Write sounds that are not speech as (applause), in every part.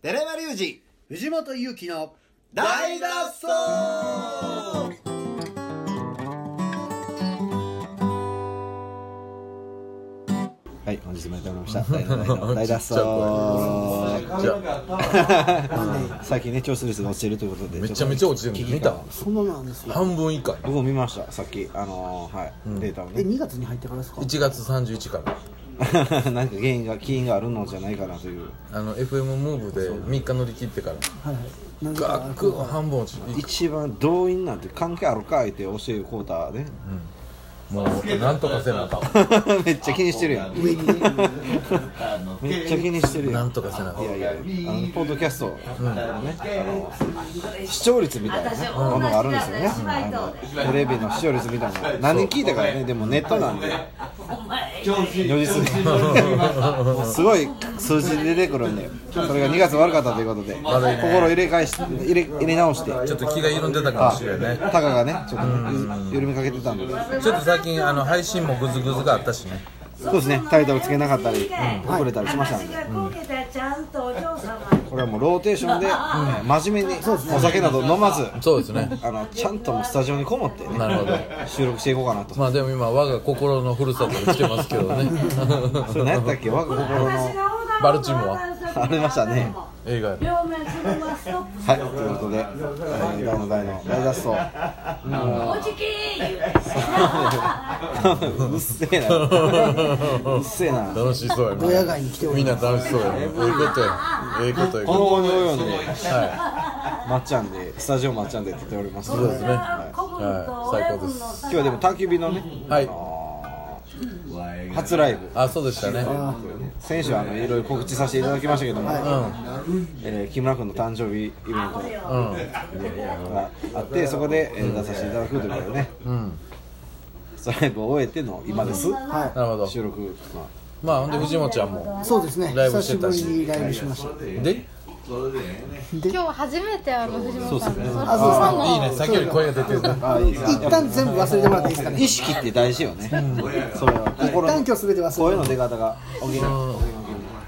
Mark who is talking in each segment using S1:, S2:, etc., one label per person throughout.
S1: 寺山隆二
S2: 藤本勇樹の
S1: 大脱走はい、本日もやっておりました。
S3: (laughs)
S1: 大脱走大脱走最近ね、超スレスが落ちてるということで。
S3: めちゃめちゃ落ちてる
S1: ちょっと
S3: 見た
S2: そんなのなんですね
S3: 半分以下
S1: 僕も見ました、さっき。あのー、はい、データを
S2: え
S1: ね。
S2: 2月に入ってからですか
S3: 1月31日から
S1: (laughs) なんか原因が、起因があるのじゃないかなという。
S3: あの FM ムーブで3日乗り切ってから
S2: はいはい何か
S3: ガクッ半分落ちて
S1: 一番動員なんて関係あるかいって教えるコーターね。
S3: もうなんとかせなあかん
S1: (laughs) めっちゃ気にしてるやん。 (laughs)
S2: 上にね
S1: めっちゃ気にしてるや。
S3: なんんとかせなあか
S1: いや
S3: ん
S1: いや、あのポッドキャスト、ね、あの視聴率みたいなねものがあるんですよね。あのテレビの視聴率みたいな、何人聞いたからね、でもネットなんで、如実に、すごい数字で出てくるんで、それが2月悪かったということで、心入れ返し入れ入れ直して、
S3: ちょっと気が緩んでたか
S1: あ
S3: もしれないね
S1: タカがね、ちょっと緩みかけてたんで、
S3: ちょっと最近あの配信もグズグズがあったしね
S1: そうですね、タイトルつけなかったり、遅れたりしましたん
S4: 話
S1: で。
S4: がこけたらちゃんとお嬢様に
S1: これはもうローテーシ
S3: (laughs)
S1: ョンで、えー真面目にお酒など飲まず、
S3: そうですね
S1: あのちゃんともうスタジオにこもってね
S3: なるほど
S1: 収録していこうかなと、
S3: まあでも今我が心のふるさとに来てますけどね (laughs)
S1: それ何やったっけ我が心の
S4: 私がオーダーを
S3: バルチームは
S1: ありましたね
S3: 映画
S4: 両面すぐはストップ
S1: はいということで、えー、大の大の大脱走
S4: おじき言う
S3: (laughs)
S4: て
S1: うっせえなうっせえな
S3: (laughs) 楽しそうやな
S2: ドヤ街に来てお
S3: み
S2: り
S3: んな
S2: ま
S3: 楽しそうやねええことやええことや
S1: この後に及んで
S3: は
S1: まっちゃんでスタジオまっちゃんでって言っております
S3: そうですね
S1: はい
S4: 古文と親分の
S1: 今日はでも焚き火のね、
S3: いはい
S1: 初ライブ
S3: あそうでしたね
S1: 先週あのいろいろ告知させていただきましたけども、えー木村君の誕生日イベント
S3: うん
S1: があってそこで、えー出させていただくということでね、
S3: うん
S1: ストライブを終えての今です
S2: は
S3: なるほど
S1: 収録、ま
S3: まあほんで藤本ちゃんも
S2: いそうですね
S3: ライブ
S2: 久
S3: して
S2: したぶ
S3: し
S2: りにライブしました
S3: で
S5: 今日初めてあの藤本さんと
S2: あそうですね
S3: いいね先より声が出てる
S1: あ、あいいです
S2: 一旦全部忘れてもらっていいですかね
S1: 意識って大事よね、それは
S2: 一
S1: 心
S2: 旦
S1: の
S2: 今日全て忘
S1: 声
S2: れて
S1: の出方が補う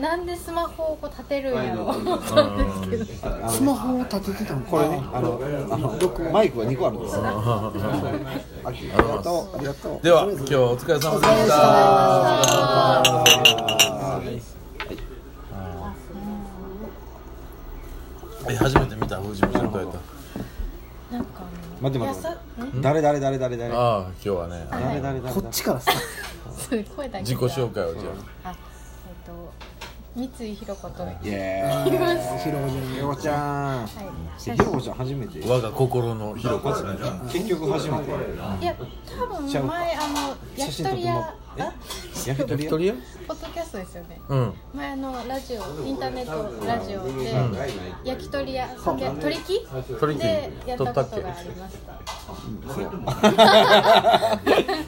S5: なんでスマホをこう立てるんやろう思ったんですけど
S2: スマホを立ててたの
S1: これねあのあのマイクが2個あるんですよありがとうありがとう
S3: では今日はお疲れ様でしたえ初めて見た藤本ちゃんとやった
S5: なんか
S1: 待って
S5: あの
S1: 待って待
S5: やさ
S1: って誰誰誰誰誰
S3: ああ今日はね
S1: 誰誰誰
S2: こっちからさ
S5: すごいだけ
S3: 自己紹介をじゃ
S5: あえっと三井ひろ子と
S1: イエーイ
S2: 広がり
S1: ひろこちゃんえひろこちゃん初めて
S3: あ我が心のひろこちゃん
S1: 結局初めて
S5: いや多分前あの焼き鳥屋あ
S1: 焼き
S3: 焼
S1: 鳥
S3: き
S1: 屋
S3: 鳥屋
S5: ポッドキャストですよね
S3: うん
S5: 前あのラジオインターネットラジオで焼き鳥屋さんで鳥木
S3: 鳥貴
S5: でやった
S3: 取
S5: こ
S3: ったっ
S5: と
S3: け
S5: がありました
S1: (laughs)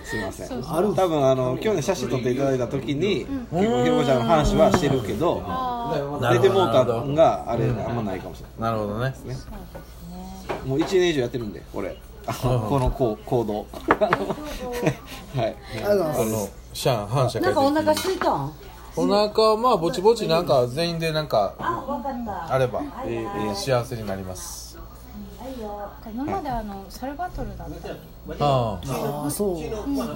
S1: すいません
S5: そう
S2: ある
S1: 多分あの今日ね写真撮っていただいた時に、結構ひろこちゃんの話はしてるけど
S5: あ
S1: 出てもうたんがあれあんまないかもしれ
S3: なるほどね
S1: ないもう1年以上やってるんでこれあのこのこう行動
S5: (laughs)
S1: はい
S2: あの
S3: あのシャン反社会
S4: なん
S3: 的
S4: かお腹空いたん
S3: お腹まあぼちぼちなんか全員でなんか
S4: あ、わかった
S3: あれば
S1: えーえー
S3: 幸せになります
S4: はいよ
S5: ー今まであのサルバトルだった
S3: ああ
S2: ああそう
S5: うんもう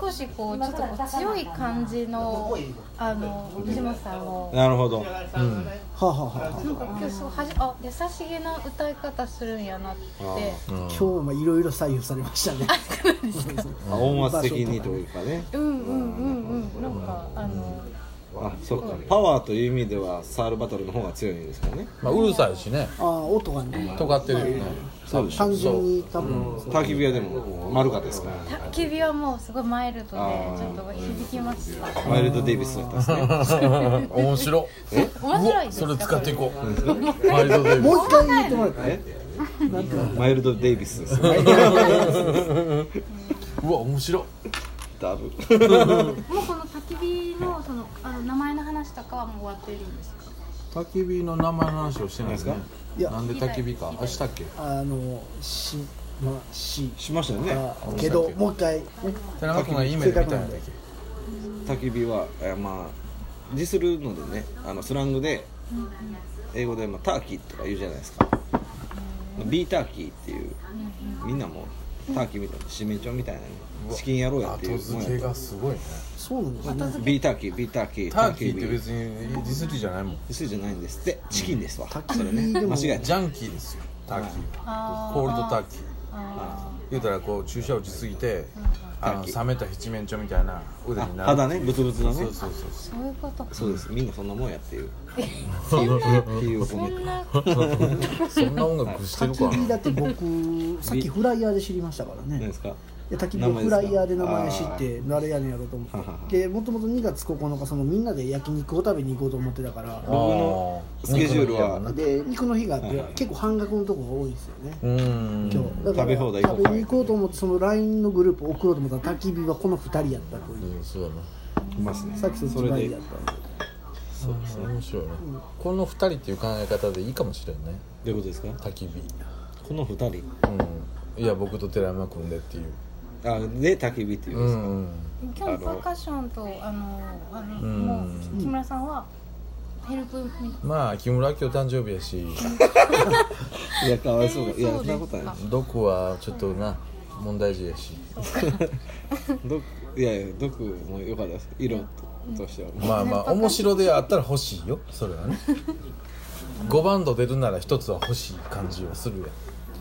S5: 少しこうちょっとこう強い感じのあの藤本さんを
S1: なるほど
S2: はあはあはあはあ
S5: なんか今日そうはじあ優しげな歌い方するんやなって
S2: 今日はいろいろ採用されましたね
S1: あ音圧的にというかね
S5: うんうんうんうんなんかあの
S1: あそっかパワーという意味ではサールバトルの方が強いんですかね
S3: まあうるさいしね
S2: ああ音がね
S3: 尖ってるよね
S1: そうでしょ
S2: 単純に多分
S1: 焚き火はでも丸かったですから
S5: 焚き火はもうすごいマイルドでちょっと響きました
S1: ワイルドデイビスだったんですね
S3: 面白え
S5: 面白いです
S3: そ
S5: か
S3: れ使っていこうワイルドデイビ
S2: もう一回言ってもらって
S1: マイルドデイビスです
S3: スうわ面白
S1: ダブ
S5: もうこの焚き火のそのあの名前の話とかはもう終わっているんですか
S3: 焚き火の名前の話をしてないですね
S2: いや
S3: なんで焚き火かあしたっけ
S2: あのしまし
S1: しましたよね
S2: あけどもう一回
S3: 田中君が夢で見たんやったっけ
S1: 焚き火は、えーまあディスるのでねあのスラングで英語でもターキーとか言うじゃないですかビーターキーっていうみんなもうターキーみたいな七面鳥みたいなねチキン野郎やってい
S6: 後
S1: うもん
S6: 付け
S1: やと
S6: がすごいね
S2: そうなんですよね
S1: ビーターキービーターキー
S6: ターキーっ
S1: ビ
S6: て別にディスリじゃないもん
S1: そうじゃないんですってチキンですわ、
S2: キー
S1: それね
S2: でも
S1: 間違えた
S6: ジャンキーですよターキーは
S5: あー
S6: コールドターキー
S5: あ
S6: 言うたらこう注射打ちすぎてあの
S1: ターキー
S6: 冷めた七面鳥みたいな腕
S1: あ
S6: になる
S1: 肌ねブツブツのね
S6: そうそうそう
S5: ーそういうこと
S1: そうですみんなそんなもんやっていう
S5: そんな
S1: っていう褒
S5: そ
S1: め
S5: んな
S3: そんな音楽して
S2: 焚
S1: (laughs)
S3: るか
S2: き火だ
S3: な
S2: って僕さっきフライヤーで知りましたから
S1: 何
S2: ね
S1: ですか
S2: で焚き火
S1: 名前
S2: を
S1: です
S2: フ
S1: か
S2: ライヤーで名前知って誰やねんやろうと思
S1: ははは
S2: ってでもともと2月9日そのみんなで焼肉を食べに行こうと思ってたから
S1: 僕のスケジュールは
S2: で肉の日があっ
S1: はい
S2: て
S1: はい
S2: 結構半額のとこが多いんですよね
S6: うん
S2: 今日だか
S1: 食べ
S2: ら
S1: 放題
S2: 食べに行こうと思ってその LINE のグループ送ろうと思ったら焚き火はこの2人やったという
S3: うんそうだな
S1: ますね
S2: さっきそっち
S1: それ
S2: 倍
S1: で
S2: やったんで
S3: そうですね面白いなこの二人っていう考え方でいいかもしれんね
S1: どういうことですか
S3: 焚き火
S1: この二人
S3: うんいや僕と寺山君でっていう
S1: あで焚き火っていうん
S3: う
S1: ですか、
S3: ん
S5: 今日のパーカッションとあのあの
S3: ん
S5: もう木村さんはヘルプみ
S3: まあ木村今日誕生日やし
S1: いやかわいそうだいや
S5: えー
S1: そんなことはない
S3: 毒はちょっとな問題児やし
S1: 毒いやいや毒も良かったです色ととしては、
S3: まあまあ面白であったら欲しいよそれはね5バンド出るなら一つは欲しい感じはする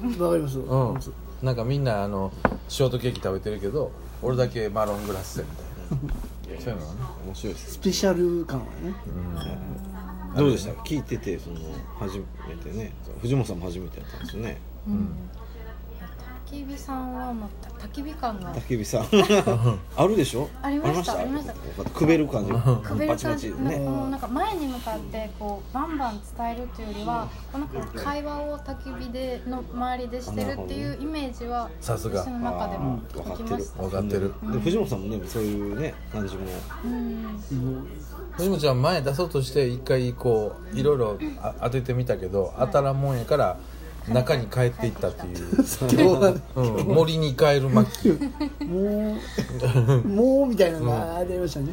S3: やん
S2: わかります
S3: うん、なんかみんなあのショートケーキ食べてるけど俺だけマロングラッセみたいなそういうのはね
S1: 面白いです
S2: スペシャル感はね
S1: どうでした聞いててその初めてね藤本さんも初めてやったんですよね
S5: 焚き火さんはもう焚き火感が
S1: 焚き火さんあるでしょ
S5: ありましたありま
S1: くべる感じ
S5: くべる
S1: バチバ
S5: 感
S1: チ
S5: じ、
S1: ね
S5: もうなんか前に向かってこうバンバン伝えるというよりは、この会話を焚き火での周りでしてるっていうイメージは
S3: さすが
S5: 私の中でも
S1: 分か
S5: で
S1: って
S5: き
S1: る
S5: ました。
S3: わかってる
S1: で藤本さんもねそういうね感じも
S5: うん、
S2: もう
S3: 藤本ちゃん前出そうとして一回こういろいろあ当ててみたけど当たらんもんやから中に帰っていったっていう、うん、森に帰る巻
S2: (laughs) もうもうみたいなのがありましたね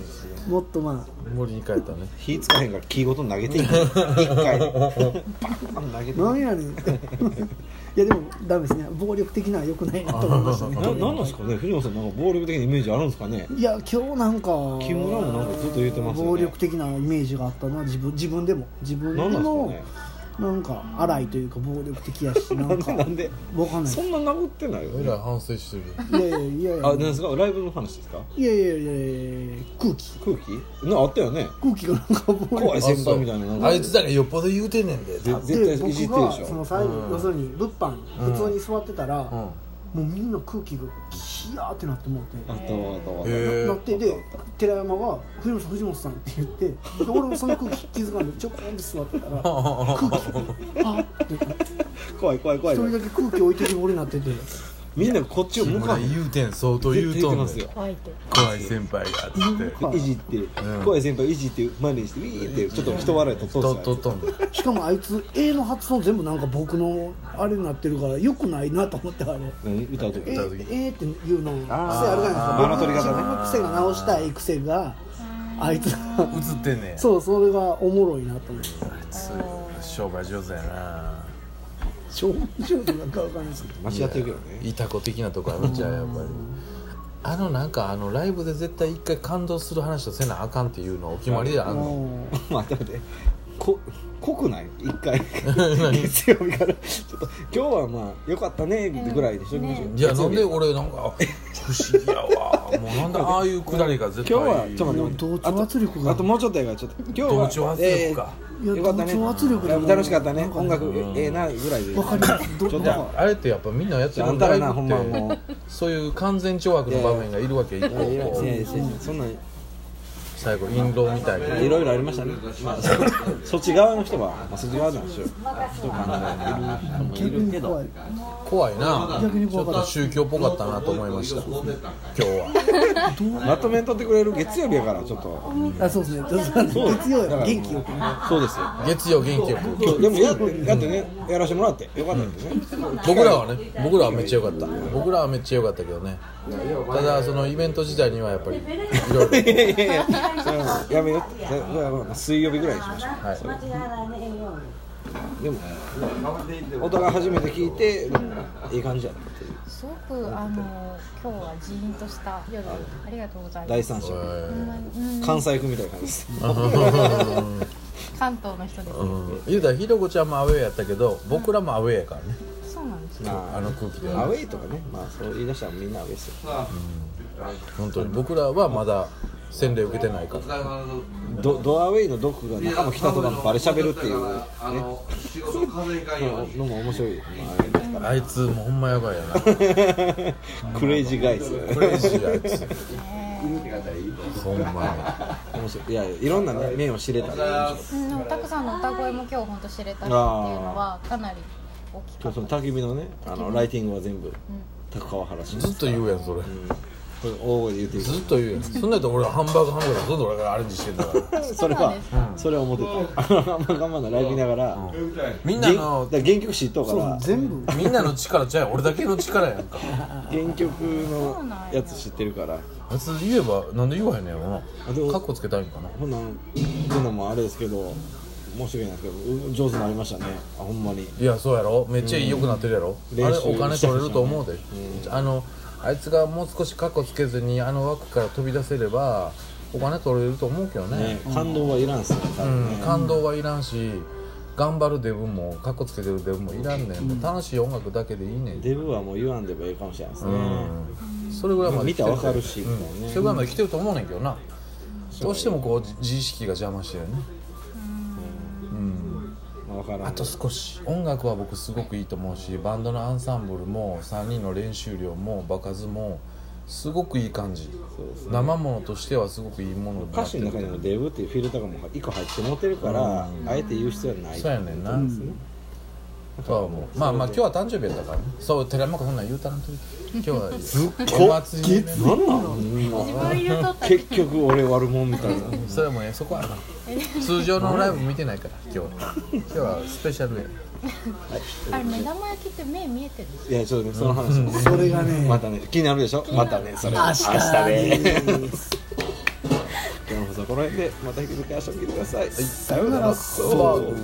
S2: もっとまあ
S3: 森に帰ったね
S1: 火つかへんから木ごと投げていく一回でバーン投げていく
S2: なんやねん (laughs) いやでもダメですね暴力的なのは良くないなと思いましたね
S1: ななんなんですかね藤本さんなんか暴力的なイメージあるんですかね
S2: いや今日なんか
S1: 木村もなんかずっと言ってますよね
S2: 暴力的なイメージがあったな自分自分でも自分で
S1: なんなんですか
S2: も
S1: ね
S2: なんか荒いというか暴力的や
S1: (laughs)
S2: しなんか
S1: なんで
S2: わかんない
S1: そんな殴ってないよ
S3: 俺
S1: ね
S3: ら反省してる
S2: いやいやいやい
S1: あ
S2: や
S1: なんですかライブの話ですか
S2: いやいやいやいや空気
S1: 空気なあったよね
S2: 空気がなんか暴力
S1: 怖い先輩みたいななんか
S3: あいつだけよっぽど言うてんねんで
S1: ぜ
S3: 多分
S1: 絶対いじってるで
S2: 僕
S1: し
S2: が
S1: ょ
S2: その最後、要するに物販普通に座ってたら、
S3: うん
S2: もうみんな空気がキヤーってなってもうて、
S1: あったわあったわ
S3: へ
S2: なってで寺山が「藤本さん藤本さん」って言ってで俺もその空気気づかんでちょこんって座っ
S1: (laughs)
S2: てたら空気があって
S1: 怖い怖い怖
S2: 一
S1: い
S2: 人だけ空気置いてきぼりになってて
S1: みんなこっちを向
S3: 僕
S1: か
S3: ら
S1: う
S3: 言うてん相当言
S1: 絶
S3: う
S1: 対
S3: と
S1: 言って
S3: んねん
S1: ますよ
S3: 怖い先輩がっつって
S2: 怖い
S1: いじって怖い先輩いじって真似してウィーってちょっと人笑いと
S3: と
S1: 通
S3: と
S1: す
S3: とんねん
S2: しかもあいつ A の発音全部なんか僕のあれになってるからよくないなと思ってあれ。
S1: 何歌うと
S2: え
S1: き
S3: 歌う時
S2: ええっていうの癖
S1: あー
S2: あるじゃ
S1: あー
S2: ない
S1: 間
S2: ですか僕の自分の癖が直したい癖があいつが
S3: 映ってんねん
S2: そうそれがおもろいなと思って
S3: 商売上手やな
S2: 正直なんかわかんないですけど
S1: 間違ってるけどね
S3: いた子的なとこあるんちゃうやっぱりあのなんかあのライブで絶対一回感動する話をせなあかんっていうのお決まりであんの
S2: も
S1: (laughs) 待って待ってこ濃くない一回月曜日からちょっと今日はまあよかったねぐらいでしょ、
S5: ね
S3: いやなんで俺なんか不思議やわもうなんでああいうくだりが絶対
S1: 今日はちょっと
S2: う
S1: 待って
S2: 同調圧力
S1: あ
S2: が
S1: ともうちょっとやからちょっと今日は
S3: 同調圧力か
S1: えー
S2: いや
S1: よかったね
S2: 同調圧力
S1: いや
S2: でも
S1: 楽しかったね音楽ええなぐらいで
S2: わかります
S1: ちょっと
S3: あれってやっぱみんなやって
S1: あ
S3: る
S1: んた
S3: ラ
S1: ら
S3: イ
S1: なほんま
S3: ブ
S1: もう
S3: ってそういう完全懲悪の場面がいるわけ一個
S1: いやいやい
S3: こ
S1: や
S3: う
S1: いやそんなん
S3: 最後印籠みたい
S1: い
S3: に
S1: ろいろありましたね、まあ、そっち側の人は、まあ、そっち側なんでしょう人考えてる人もいるけど
S2: 怖い
S3: 怖いな
S2: 逆に
S3: ちょ
S2: 怖
S3: っ
S2: かった
S3: と宗教っぽかったなと思いました今日は
S1: まとめにとってくれる月曜日やからちょっと
S2: あそうですね月曜や元気よくね
S1: そうですよ
S3: 月曜元気よく
S1: でもやってやってねやらせてもらってよかったですね、
S3: 僕らはね僕らはめっちゃ良かった僕らはめっちゃ良かったけどねただそのイベント自体にはやっぱりいろいろ
S1: いやいやいやそれはやめようそれはまあ水曜日ぐらいにしましょう
S3: はい
S4: 間違わないねように
S1: でも音が初めて聞いてうんいい感じやなっていう
S5: すごくあの今日はジーンとした夜ありがとうございま
S1: 第
S5: す。
S1: 三者
S5: ほんまにうん
S1: 関西風みたいな感じです
S5: 関東の人です、
S3: うん言うたらひろこちゃんもアウェーやったけど僕らもアウェーやからね
S5: そうなんですよ。
S1: ま
S3: あの空気で
S1: アウェイとかねまあそう言い出したらみんなアウェイですよ
S3: 本当に僕らはまだ洗礼受けてないから
S1: ドドアウェイの毒が中も北とかもバレしゃべるっていうね
S7: あの仕事風邪かいように
S1: のも面白いよね
S3: あいつもうほんまやばいよな
S1: クレイジーガイズ
S3: クレイジーあいつほんま
S1: 面白いいやいろんなね面を知れたらいいでしょ
S5: うんでもたくさんの歌声も今日本当知れたなっていうのはかなり大きか
S1: 今
S5: っ
S1: 日
S5: た
S1: そ。の焚き火のねあのライティングは全部高川原氏
S3: にずっと言うやんそれ
S1: これ大声で言っていいか
S3: ずっと言うやんそんなんやったら俺ハンバーグハンバーグずっと俺がアレンジしてんだから
S1: それはそれは思ってたあのあんま我慢のライブ見ながら
S3: みんな
S1: 原だ
S3: の
S1: から原曲知っとうから
S2: 全部
S3: みんなの力じゃう俺だけの力やんか
S1: 原曲のやつ知ってるから
S3: あいつ言えばなんで言わへんねやろな
S1: あでも
S3: カッコつけたいんかな
S1: ほんなんっていうのもあれですけど申し訳ないですけどう上手になりましたねあほんまに
S3: いやそうやろめっちゃ良くなってるやろ、
S1: うん
S3: あれ
S1: 練習
S3: お金取れると思うで、あのあいつがもう少しカッコつけずにあの枠から飛び出せればお金取れると思うけどね
S1: ね感動はいらんっすね多分
S3: う
S1: ね
S3: ん感動はいらんし頑張るデブもカッコつけてるデブもいらんねん、楽しい音楽だけでいいねん
S1: デブはもう言わんでもいいかもしれないですね
S3: それぐらいまで来て
S1: 見たらわかるし
S3: うん
S1: もうね
S3: それぐらいまで来てると思うねんけどな、どうしてもこう自意識が邪魔してるねうん
S1: まあわから
S3: あ
S1: んけ
S3: と
S1: ど
S3: 少し音楽は僕すごくいいと思うしバンドのアンサンブルも3人の練習量も場数もすごくいい感じ、生ものとしてはすごくいいものにな
S1: 歌
S3: って
S1: 詞
S3: る
S1: の中にもデブっていうフィルターがもう一個入って持ってるからあえて言う必要はない
S3: そうやねんな、とは思うまあまあ今日は誕生日やったからねそう寺山君こんなん言うたらんといて今日はずっお祭りイベント
S1: なんなん
S5: 自分入れとったら
S1: 結局俺悪者みたいな
S3: それもええそこはな通常のライブ見てないから今日今日はスペシャルや
S5: あれ目玉焼きって目見えてるんです
S1: いやちょっとねその話も
S2: それがね
S1: またね気になるでしょまたねそれ明日ね今日の放送はこの辺でまた引き続き明日も聞いてくださいさようならそう